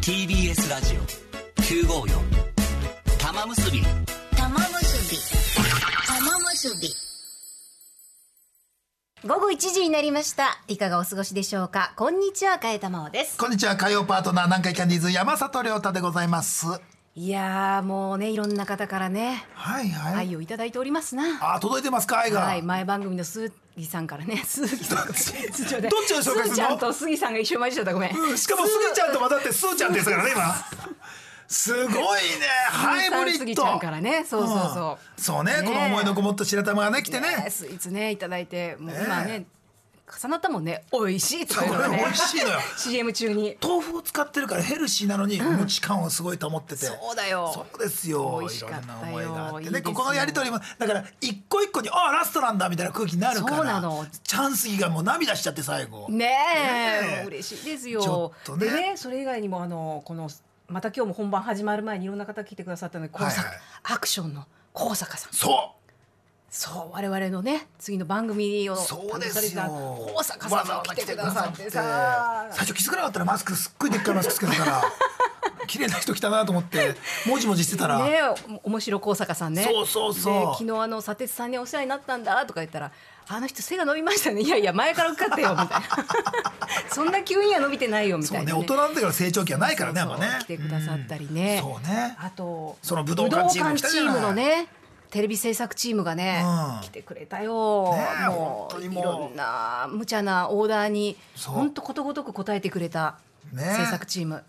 TBS ラジオ954玉結び玉結び玉結び午後1時になりましたいかがお過ごしでしょうかこんにちはかえたまおですこんにちは火曜パートナー南海キャンディーズ山里亮太でございますはいやーもうねいろんな方からねいはい、愛をいただいておりますなあ届いてますか愛が、はい前番組の鈴木さんから ね鈴木さんどっち鈴木さんでどっちを紹介するの鈴木ちゃんと杉さんが一緒に混じっちゃったごめん、うんしかもスギちゃんと混ざってスーちゃんですからね今 すごいねハイブリ鈴ッ木ドさんスギちゃんからねそうそうそうんそうねねこの思いのこもった白玉がね来てう、ねスイーツねいただいてもうね今ね重なったもんね美味しいとかこ言うのがれ美ね 味しいのよ CM 中に豆腐を使ってるからヘルシーなのにお餅感をすごい保ってて、そうだよそうですよ美味しかったよいろんな思いがあってねいいですよここのやり取りもだから一個一個にあラストなんだみたいな空気になるからそうなのチャンスがもう涙しちゃって最後ねねええ嬉しいですよ。ちょっとねでねそれ以外にもあのこのまた今日も本番始まる前にいろんな方来てくださったので、はいこうはいアクションの高坂さん。そうそう我々のね次の番組をそうですよ。担当された高坂さんが来てくださってさ。最初気づかなかったらマスクすっごいでっかいマスクつけてたから、 綺麗な人来たなと思って、もじもじしてたら、ねえお面白高坂さんね。そうそうそうで昨日あの砂鉄さんにお世話になったんだとか言ったら。あの人背が伸びましたね。いやいや前から受かったよみたい な。そんな急には伸びてないよみそたういね、な、大人になってから成長期はないからね、あんそうまそうね。来てくださったりね。うんそうね。あとその武道武道館チーム館来たチじゃーないムの。ねテレビ制作チームがね、うん来てくれたよ、ねえ本も当うにいもうろんな無茶なオーダーにそう本当ことごとく答えてくれたね制作チーム、うん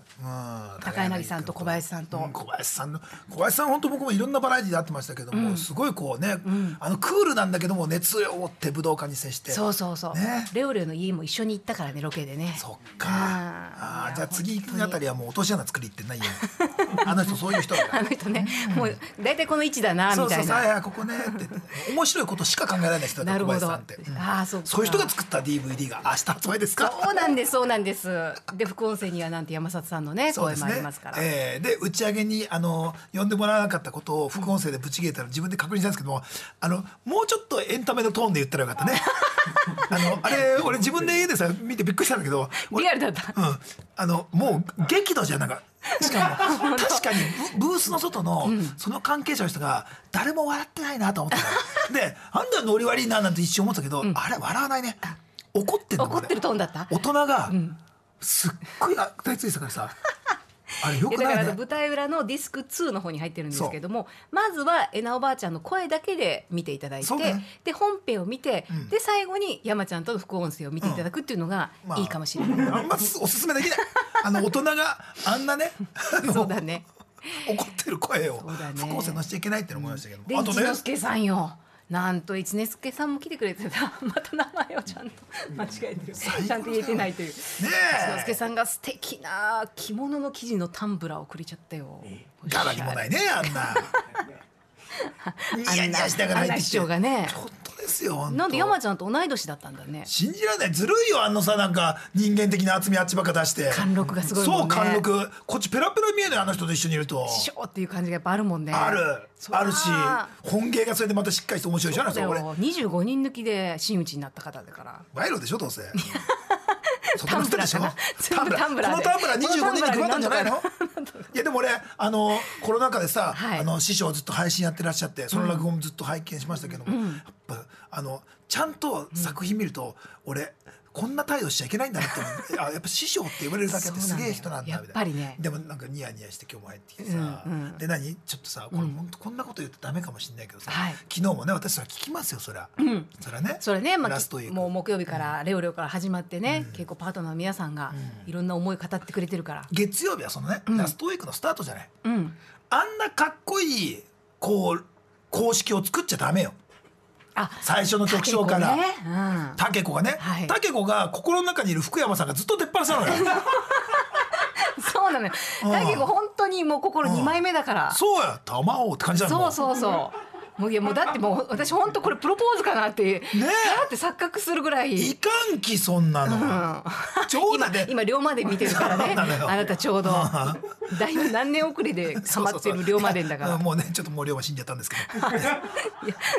高柳さんと小林さんとうん小林さんの小林さん本当僕もいろんなバラエティで会ってましたけども、すごいこうね、あのクールなんだけども熱量を持って武道館に接してそうそうそう、ねレオレオの家も一緒に行ったからねロケでねそっか。ああーあー、じゃあ次行くあたりはもう落とし穴作りってないよ。あの人そういう人だかあら。の人ね、もう大体この位置だなみそうたいそなうそう、あーここねって。 面白いことしか考えられない人だなったる小ほ林ど、さんって。うんああそうかそういう人が作った DVD が明日発売ですかそうなんですそうなんですで副音声にはなんて山里さんのねそう声ですもありますからえーで打ち上げにあの呼んでもらわなかったことを副音声でぶち切れたら自分で確認したんですけどもあのもうちょっとエンタメのトーンで言ったらよかっ たねあのあれ俺自分で家でさ見てびっくりしたんだけど俺リアルだったうん、あのもう激怒じゃんなんかし かも確かにブブースの外の、その関係者の人が誰も笑ってないなと思ったのでなんだノリ悪いななんて一瞬思ってたけど、あれ笑わないね怒ってんの怒ってるトーンだった大人が、すっごい悪態ついてたからさあれよいやくだからないあねの舞台裏のディスク2の方に入ってるんですけどもまずはえなおばあちゃんの声だけで見ていただいて、そうねで本編を見て、んで最後に山ちゃんとの副音声を見ていただくっていうのがまあいいかもしれ ない、あんますおすすめできないあの大人があんなねあ のそうだね怒ってる声をそうだね副音声のしちゃいけないって思いましたけども、で あと一ね之輔さんよなんと一之輔さんも来てくれてた また名前をちゃんと間違えてる最高ちゃんと言えてないという一ね之輔えさんが素敵な着物の生地のタンブラーをくれちゃったよ柄にもないね あんなニヤニヤしながらあん入っなて師きて匠がね本当ですよ本当なんで山ちゃんと同い年だったんだね信じられないずるいよあのさなんか人間的な厚みあっちばっか出して貫禄がすごいもんねそう貫禄こっちペラペラ見えないあの人と一緒にいると師匠っていう感じがやっぱあるもんねあるそうあるし本芸がそれでまたしっかりして面白いじゃないですかそうこだれよ25人抜きで真打ちになった方だから賄賂でしょ どうせ外タのンブ人ラでーしょかな全部タンブラーこのでタンブラー25人に配ったんじゃないのこのタンブラーでなんとかいやでも俺あのコロナ禍でさ、はいあの師匠ずっと配信やってらっしゃってその落語もずっと拝見しましたけども、やっぱあのちゃんと作品見ると、俺こんな態度しちゃいけないんだなって思うあやっぱ師匠って言われるだけあってそうなんだすげよえ人なんだみたいなやっぱりねでもなんかニヤニヤして今日も入ってきてさ、うんうんで何ちょっとさこれ本当こんなこと言ってダメかもしれないけどさ、はい昨日もね私それ聞きますよそりゃ、そりゃねそれね、まあ、ラスきトウィークもう木曜日からレオレオから始まってね、結構パートナーの皆さんがいろんな思い語ってくれてるから、月曜日はそのね、ラストウィークのスタートじゃないうん、あんなかっこいいこう公式を作っちゃダメよあ最初の曲結構紹からねうんタケコがね、はいタケコが心の中にいる福山さんがずっと出っ放しなのよ そうなのようんだけど本当にもう心2枚目だから、そうや玉王って感じなのそうそうそうもういやもうだってもう私本当これプロポーズかなって、えだって錯覚するぐらい、いかんきそんなの、うんちょうど今ね今龍馬伝見てるからそうねなのよあなたちょう どだいぶ何年遅れでハマってる龍馬伝だかいやらもうねちょっともう龍馬死んじゃったんですけ どいや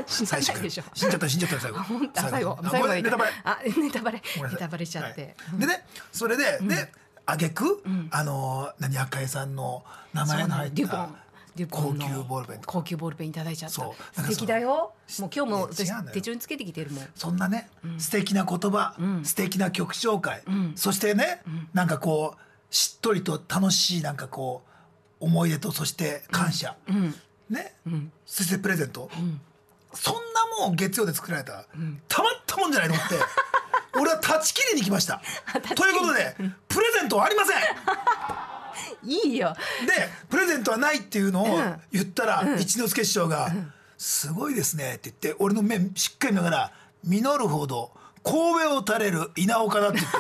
死最な初ないかでらし死ょんじゃった死んじゃった最後本当あ最後あ最後ごがいめいかんネタバレあネタバレごめんネなさいタバレしちゃってはいでねそれで、で挙句、あの何赤江さんの名前の入っデュポたンデュポンの高級ボールペンとか高級ボールペンいただいちゃったそう素敵だよもう今日もい私や違うのよ手帳につけてきてるもんそんなね、素敵な言葉、素敵な曲紹介、そしてね、なんかこうしっとりと楽しいなんかこう思い出とそして感謝、ね、そしてプレゼント、そんなもん月曜で作られたら、たまったもんじゃないと思って 俺は断ち切りに来ま した。ということでプレゼントはありませんいいよでプレゼントはないっていうのをうん言ったら、一之輔師匠が「すごいですね」って言って俺の目しっかり見ながら「実るほど神戸を垂れる稲岡だ」って 言って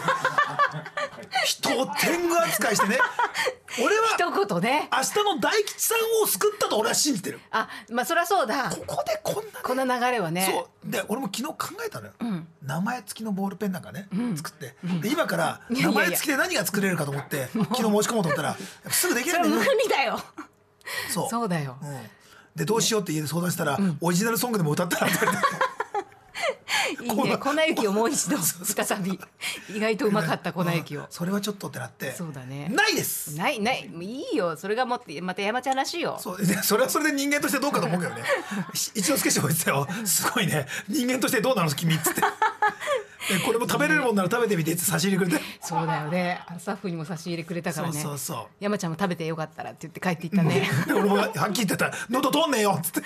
人を天狗扱いしてね俺は一言ね明日の大吉さんを救ったと俺は信じてるあまあそりゃそうだここでこんなこの流れはねそうで俺も昨日考えたのよ、名前付きのボールペンなんかね、作ってで今から名前付きで何が作れるかと思って 昨日申し込もうと思ったらやっぱすぐできそなれいはんだ無よ理だよそうそうだようん、でどうしようって家で相談したら、オリジナルソングでも歌ったらって言われていいね粉雪をもう 一度再び意外とうまかった粉雪うをん それはちょっとってなってそうだねないですないないもういいよそれがもってまた山ちゃんらしいよそうでそれはそれで人間としてどうかと思うけ どねひ一之輔師匠が言ってたよすごいね人間としてどうなの 君っつってでこれも食べれるもんなら食べてみてって差し入れくれて、そうだよねあのスタッフにも差し入れくれたかそらうねそうそう山ちゃんも食べてよかったらって言って帰っていったねで俺もはっきり言ってたら「喉通んねえよ」っ つって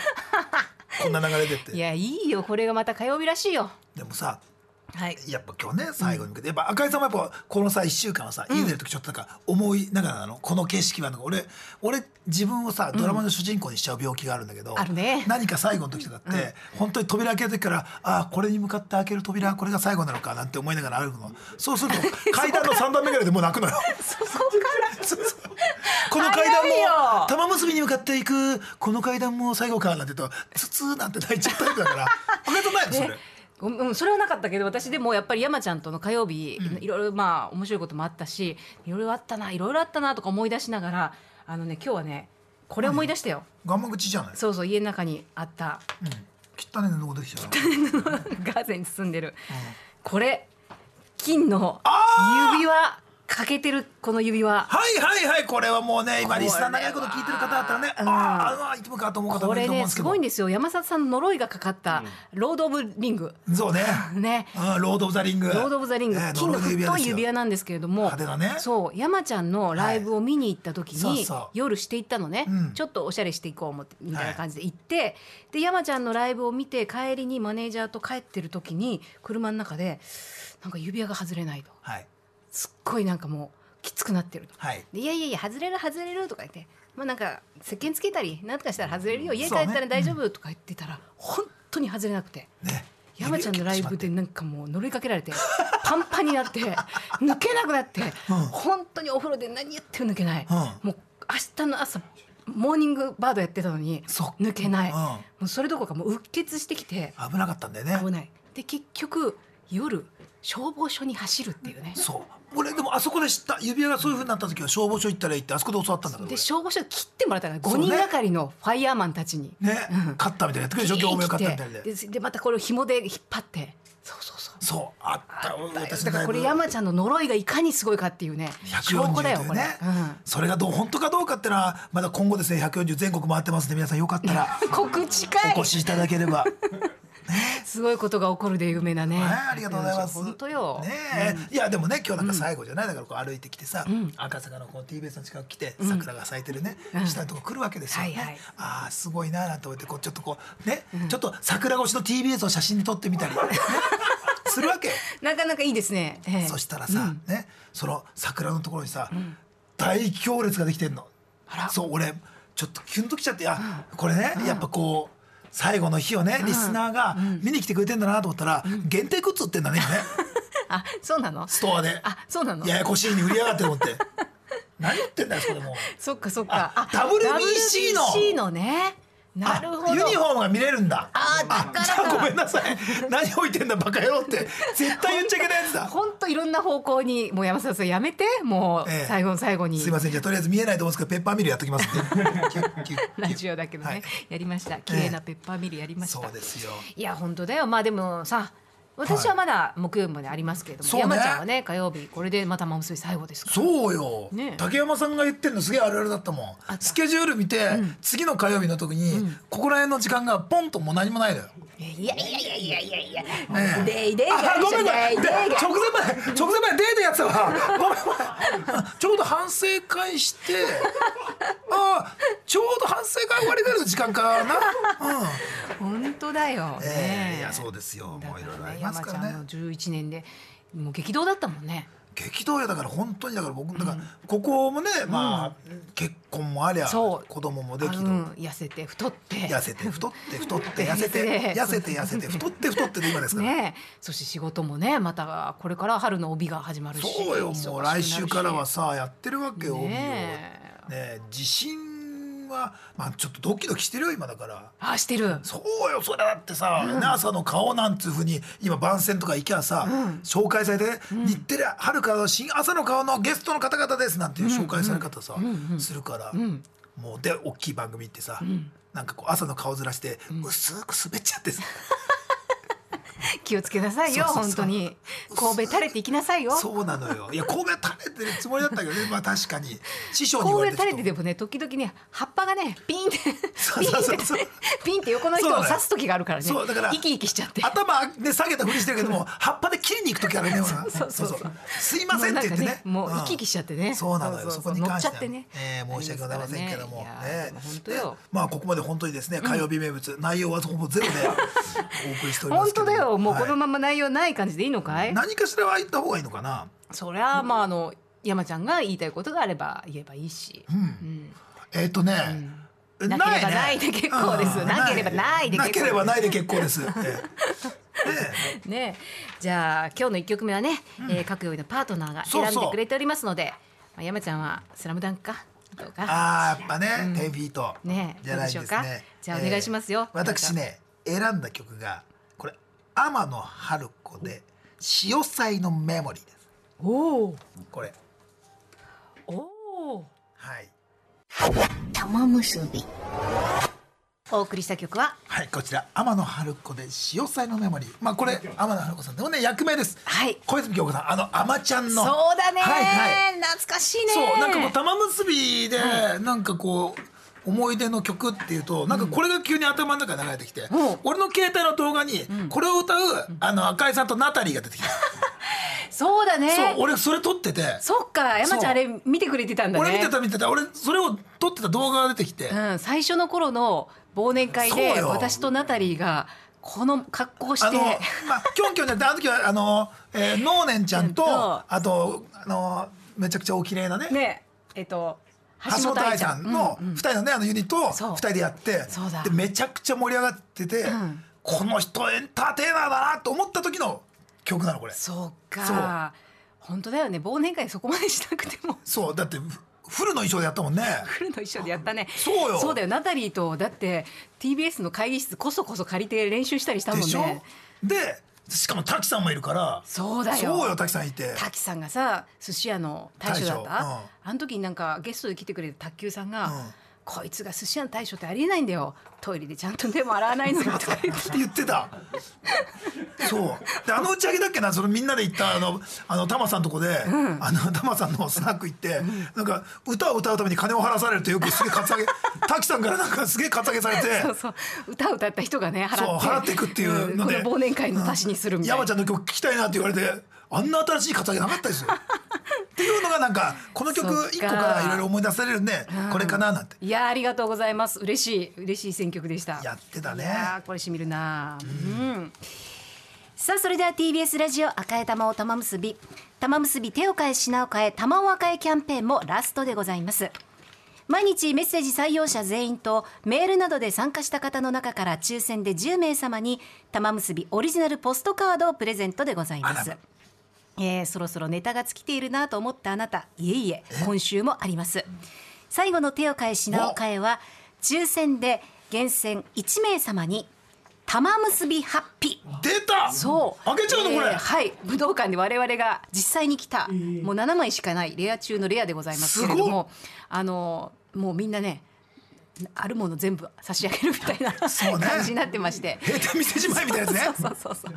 こんな流れでっていやいいよこれがまた火曜日らしいよでもさはいやっぱ今日ね最後に向けてやっぱ赤井さんもやっぱこのさ1週間はさ家出る時ちょっとなんか思いながらなのこの景色はなんか俺俺自分をさドラマの主人公にしちゃう病気があるんだけどあるね何か最後の時とかって本当に扉開ける時からああこれに向かって開ける扉はこれが最後なのかなんて思いながら歩くのそうすると階段の3段目ぐらいでもう泣くのよ。そうそうこの階段早いよも玉結びに向かっていくこの階段も最後かなんて言うとつつーなんて泣いちゃうタイプだから赤井さんないのそれ。ごめんうんそれはなかったけど私でもやっぱり山ちゃんとの火曜日、いろいろまあ面白いこともあったしいろいろあったないろいろあったなとか思い出しながらあのね今日はねこれ思い出したよ、ガマ口じゃないそうそう家の中にあった汚ねえのこできちゃう ガーゼに包んでる、これ金のあ指輪かけてるこの指輪はいはいはいこれはもうね今リスナー長いこと聞いてる方だったらねあうんああのあいつもかと思う方こもいるれと思うんねですすけごどいんですよ山里さんの呪いがかかった、ロード・オブ・リングそうねねうんロード・オブ・ザ・リングロード・オブ・ザ・リング、ね金の太い指輪のなんですけれども派手だねそう山ちゃんのライブを見に行った時に、はいそうそう夜していったのね、うんちょっとおしゃれしていこう思ってみたいな感じで行って、で山ちゃんのライブを見て帰りにマネージャーと帰ってる時に車の中でなんか指輪が外れないとはいすっごいなんかもうきつくなってると。はいでいやいやいや外れる外れるとか言ってまあなんか石鹸つけたりなんとかしたら外れるよ家帰ったら大丈夫とか言ってたら、本当に外れなくてね山ちゃんのライブでなんかもう乗りかけられてパンパンに なって抜けなくなって、うん本当にお風呂で何やっても抜けない、うんもう明日の朝モーニングバードやってたのにそ抜けない、うんもうそれどころかもううっ血してきて危なかったんだよね危ないで結局夜消防署に走るっていうねそう俺でもあそこで知った指輪がそういう風になった時は消防署行ったら行ってあそこで教わったんだからで俺消防署切ってもらったからそう5ね人がかりのファイヤーマンたちに。ね勝ったみたいなやってくれる状況おめよかったみたいでででまたこれを紐で引っ張ってそうそうそうそうあった私だかのラらイこブれ山ちゃんの呪いがいかにすごいかっていうね証拠だよ140ことれ、いうね、うんそれがどう本当かどうかってのはまだ今後ですね140全国回ってますんで皆さんよかったら 告知かおい越しいただけれ ば、すごいことが起こるで有名なね、はい、ありがとうございます本当よ、ねえいやでもね今日なんか最後じゃないだからこう歩いてきてさ、赤坂のこの TBS の近く来て桜が咲いてるね、下のとこ来るわけですよね、はいはいああすごいなーなんて思ってこうちょっとこうね、ちょっと桜越しの TBS を写真に撮っ てみたり、ねするわけよなかなかいいですね、ええそしたらさ、ね、その桜のところにさ、大行列ができてんの。そう、俺、ちょっとキュンときちゃって、あ、これね、やっぱこう。最後の日をね、リスナーが見に来てくれてんだなと思ったら、限定グッズ売ってんだね、今 ね、あそうなのストアで。あそうなのややこしいに売りやがってと思 って。何言ってんだよ、それもう。そっかそっかあ WBC の WBC のねなるほどあユニフォームが見れるんだ。あだからじゃあごめんなさい。何置いてんだ、バカ野郎って、絶対言っちゃいけないやつだ。本当いろんな方向にもう山里さんやめてもうええ最後の最後に、すいません、じゃあ、とりあえず見えないと思うんですけど、ペッパーミルやっときます ね。キュッキュッキュッラジオだけどね、はいやりました綺麗なペッパーミルやりました、そうですよ。いや本当だよまあでもさ私はまだ木曜日までありますけれども、そうね山ちゃんはね火曜日これでまたマムスリ最後ですからそうよ、ね竹山さんが言ってるのすげえあるあるだったもんスケジュール見て、次の火曜日の時に、ここら辺の時間がポンともう何もないのよ、いやいやいやいやいやいやねえデイデイあごめんごめんデでイデイ直前まで直前までデートやってたわごめんごめんちょうど反省会して ああちょうど反省会終わりぐらいの時間かなうん本当だよ、えねえいやそうですよもういろいろあります山かちゃらんねの11年でもう激動だったもんね激動よだから本当にだから僕だからここもねまあ結婚もありゃそ子う供もできあてうん痩せて太って痩せて太って 太って痩せねて痩せて 痩せて太って太ってで今ですからねえそして仕事もねまたこれから春の帯が始まるしそうよもう来週からはさやってるわけよ、帯をねねええ、地震はまあちょっとドキドキしてるよ今だからあしてるそうよそれだってさ、NASA の顔なんつうふうに今番宣とか行きゃさ、紹介されて、日テレ春からの新朝の顔のゲストの方々ですなんていう紹介され方さ、するから、もうで大きい番組ってさ、なんかこう朝の顔ずらして、薄く滑っちゃってさ、気をつけなさいよそうそうそ本当うに神戸垂れていきなさいよそうなのよいや神戸は垂れてるつもりだったけどねまあ確かに師匠に言わ神れ戸て垂れてでもね時々ね葉っぱがねピンって そうそうそうそうピンって横の人を刺す時があるからねそうだから生き生きしちゃって頭で下げたふりしてるけども葉っぱで切りに行く時あるねほそらうそうそうすいませんって言ってねもうなんかねもう生きん生きしちゃってねそうなのよそそそうこうに関しては乗っちゃってねえー申し訳ございませんけどもありますからねいやーでも本当よねまあここまで本当にですね火曜日名物内容はほぼ ゼロでお送りしておりま本すけ当どだよもうこのままま内容ない感じでいいのかい、何かしらは言った方がいいのかなそりゃあまああの山ちゃんが言いたいことがあれば言えばいいし、うんえっとねえなければねないで結構ですうんなければないで結構なですければないで結構 ですええねえねえじゃあ今日の一曲目はね、えー各曜日のパートナーが選んでくれておりますのでまあ、山ちゃんは「スラムダンクかどうかああやっぱね10フィートねえじゃないどうででしすょうかね。じゃあお願いしますよえー私ね選んだ曲がこれ天野春子で潮騒のメモリーです。おおこれおーはい玉結びお送りした曲ははいこちら天野春子で潮騒のメモリー。まあこれ天野春子さんでもね役名です。はい小泉京子さんあの天ちゃんその。うだね、はいはい。懐かしいねそうなんかこう玉結びでなんかこう。思い出の曲っていうとなんかこれが急に頭の中に流れてきて、うん俺の携帯の動画にこれを歌う、あの赤井さんとナタリーが出てきた、そうだねそう俺それ撮っててそっか山ちゃんあれ見てくれてたんだね俺見てた見てた俺それを撮ってた動画が出てきて、うん、最初の頃の忘年会でそうよ私とナタリーがこの格好をしあてのまあキョンキョンじゃなくてあの時はあの、えー、ノーネンちゃんと、うんとあとあのめちゃくちゃお綺麗なねねえっと橋本愛さんのうんうん2人のねあのユニットをそう2人でやってそうだでめちゃくちゃ盛り上がってて、んこの人エンターテイナーだなと思った時の曲なのこれそうか本当だよね忘年会そこまでしなくても そうだってフフルの衣装でやったもんね来るの一緒でやったねそうよだよナタリーとだって TBS の会議室こそこそ借りて練習したりしたでもんしょ、ねでしかも滝さんもいるからそうだよそうよ滝さんいて滝さんがさ寿司屋の大将だった大将うんあの時になんかゲストで来てくれた卓球さんが、うんこいつが寿司屋の大将ってありえないんだよトイレでちゃんと手も洗わないの にとか言ってって言ってた。そう。で、あの打ち上げだっけな、そのみんなで行った、あの、あの、タマさんとこで、あの、タマさんのスナック行って、なんか、歌を歌うために金を払わされるとよくすげえカツアゲ、滝さんからなんかすげえカツアゲされて、そうそう歌を歌った人がね払ってそう払ってくっていうんのこでの忘年会の足しにするみたいな、山ちゃんの曲聞きたいなって言われて、あんな新しいカツアゲなかったですよ。っていうのがなんか、この曲そっか一個からいろいろ思い出されるんで、これかななんて。いやありがとうございます嬉しい嬉しい選曲でしたやってたねいやーこれしみるなうん、さあそれでは TBS ラジオ赤い玉を玉結び玉結び手を変え品を変え玉を赤いキャンペーンもラストでございます毎日メッセージ採用者全員とメールなどで参加した方の中から抽選で10名様に玉結びオリジナルポストカードをプレゼントでございまあすらえーそろそろネタが尽きているなと思ったあなたいえいえ今週もあります最後の手を変え品を変えは抽選で厳選1名様に玉結びハッピー出たそう開けちゃうのこれ、えーはい武道館で我々が実際に来た、もう7枚しかないレア中のレアでございますけれどもあのもうみんなねあるもの全部差し上げるみたいな そうね感じになってまして。閉店店じまいみたいなや つそねうそうそう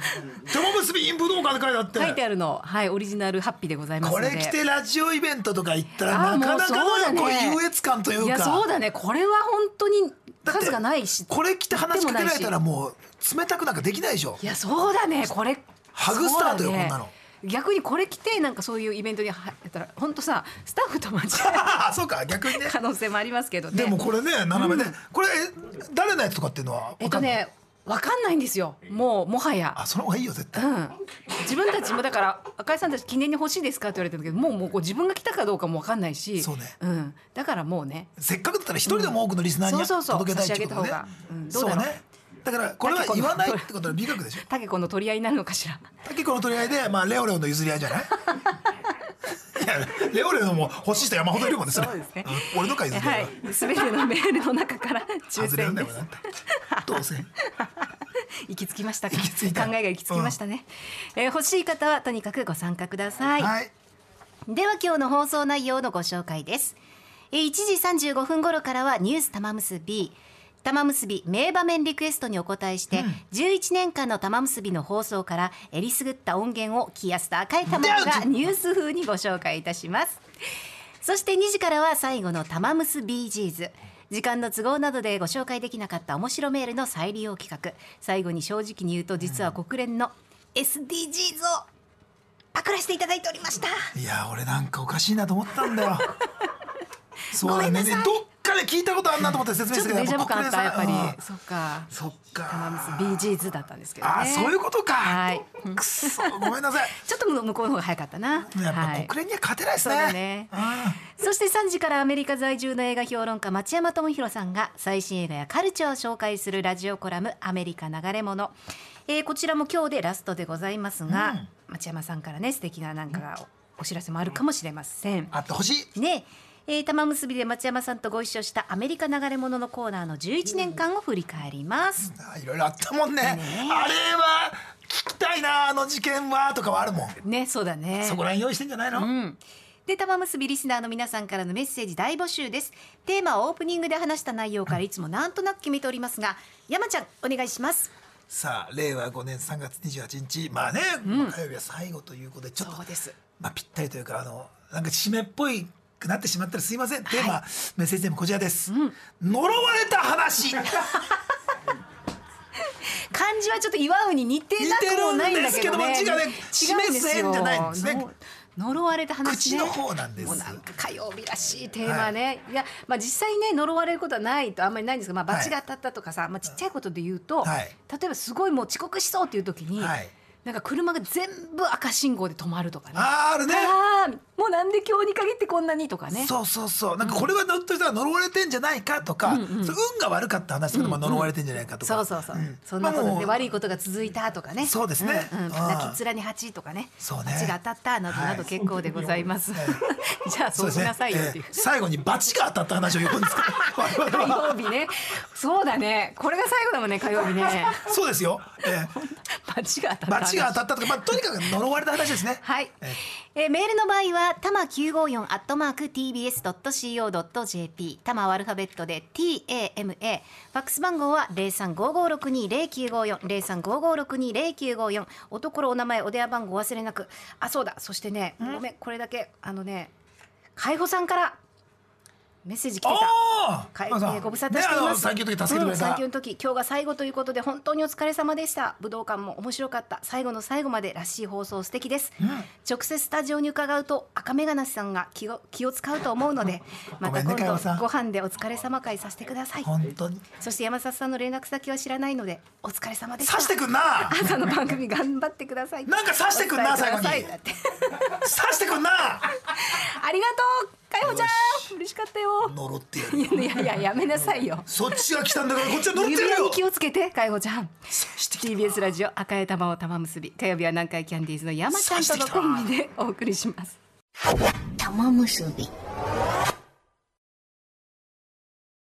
玉結び陰武道館で書いてあって書いてあるの、はい、オリジナルハッピーでございますこので。れ着てラジオイベントとか行ったあらーなかなもうそうかだのねこう優越感というかいや、そうだね、これは本当にだって数がないし。これ着て話しかけられたらいもう冷たくなんかできないでしょいや、そうだね、これ。ハグスタートよそうだねこんなの。逆にこれ着てなんかそういうイベントに入ったら本当さスタッフと間違えああ そうか 逆にねる可能性もありますけどね。でもこれね斜めで、これえ誰のやつとかっていうのはえわっとかんない、ねわかんないんですよもうもはや。あその方がいいよ絶対、うん、自分たちもだから赤井さんたち記念に欲しいですかって言われてるけどもうもうこう自分が来たかどうかも分かんないしそうねん、だからもうねせっかくだったら一人でも多くのリスナーに、うんそうそうそう届けたいってことね差し上げた方がうんどうそうだろうねだからこれは言わないっ てことは美学でしょタケコの取り合いになるのかしらタケコの取り合いで、まあ、レオレオの譲り合いじゃ ないいやレオレオも欲しい人山ほどいるもんねそれそうですねうん俺の回譲り合はいいは全てのメールの中から抽外れる選んだでよすなどうせ行き着きましたか行き着いた考えが行き着きましたね、えー欲しい方はとにかくご参加ください、はいでは今日の放送内容のご紹介ですえー1時35分頃からはニュース玉結び玉結び名場面リクエストにお答えして、11年間の玉結びの放送からえりすぐった音源をキーアスター赤い玉がニュース風にご紹介いたしますそして2時からは最後の玉結び BGs 時間の都合などでご紹介できなかった面白メールの再利用企画最後に正直に言うと実は国連の SDGs をパクらせていただいておりましたいや俺なんかおかしいなと思ったんだよそうだ ごめんなねさでいどっかで聞いたことあんなと思って説明ちょしったとけどデジャブ感あったやっぱりうんそっかそっ玉か結び BGs だったんですけどねあーそういうことか、はいくっそごめんなさいちょっと向こうの方が早かったなやはっぱい国連には勝てないですそね,ううん、だねそして3時からアメリカ在住の映画評論家町山智博さんが最新映画やカルチャーを紹介するラジオコラム「アメリカ流れ物」えーこちらも今日でラストでございますが、町山さんからね素敵ななんかがおお知らせもあるかもしれません。あってほしいねえー玉結びで町山さんとご一緒したアメリカ流れ物のコーナーの11年間を振り返ります。あーいろいろあったもんねあれは聞きたいなあの事件はとかはあるもんね、そうだね。そこら辺用意してんじゃないの、で玉結びリスナーの皆さんからのメッセージ大募集ですテーマはオープニングで話した内容からいつもなんとなく決めておりますが山ちゃんお願いしますさあ令和5年3月28日まあね、火曜日は最後ということでちょっとですまあ、ぴったりというかあのなんか締めっぽいくなってしまったらすいません、テーマメッセージでもこちらです、呪われた話 似漢字はちょっと祝うに似てなくもないんだけどね似てるんですけども字がね違うんですよ示せんじゃないんですねの呪われた話ね口の方なんですもうなんか火曜日らしいテーマね、い、やまあ実際ね呪われることはないとあんまりないんですがまあはい罰が当たったとかさ、まあちっちゃいことで言うと、はい例えばすごいもう遅刻しそうっていう時に、はいなんか車が全部赤信号で止まるとかねあーあるねあーもうなんで今日に限ってこんなにとかねそうそうそうなんかこれはひょっとしたら呪われてんじゃないかとか、それ運が悪かった話とか、まあ、呪われてんじゃないかとか、そうそうそう、んそんなことまあもでう悪いことが続いたとかねそうですねうんうん、うん泣きっ面に蜂とかねそうね蜂が当たったなどなはどい結構でございます、 じゃあそうしなさいよっていうえー最後にバチが当たった話を言う んですか我火々は曜日ねそうだねこれが最後だもんね火曜日 ねそうですよ、えバチが当たー、ったバチが当たったとか、まあ、とにかく呪われた話ですねはいえ。えーメールの場合はたま9 5 4アットマーク tbs ドット co ドット jp たまアルファベットで t a m a ファックス番号は零三五五六二零九五四零三五五六二零九五四おところお名前お電話番号忘れなくあそうだそしてねごめんこれだけあのね海保さんからメッセージ来てた。あかえまあさーご無沙汰していねあまのす。産休の時助けてくれうんた産休の時、今日が最後ということで本当にお疲れ様でした。武道館も面白かった。最後の最後までらしい放送素敵です。直接スタジオに伺うと赤目がなしさんが気を気を使うと思うの で、また今ごめんねかよさん度ご飯でお疲れ様会させてください。本当にそして山里さんの連絡先は知らないのでお疲れ様でした。刺してくんな 朝の番組頑張ってください。なんか刺してくんなお伝えください最後にだって刺してくんな ありがとう、かよちゃん。嬉しかった よ。呪ってやるよいやいややめなさいよ。そっちが来たんだからこっちは呪ってやる指輪よに気をつけて、かよちゃん。刺してきた TBS ラジオ赤い玉を玉結び火曜日は南海キャンディーズの山ちゃんとのコンビでお送りします玉結び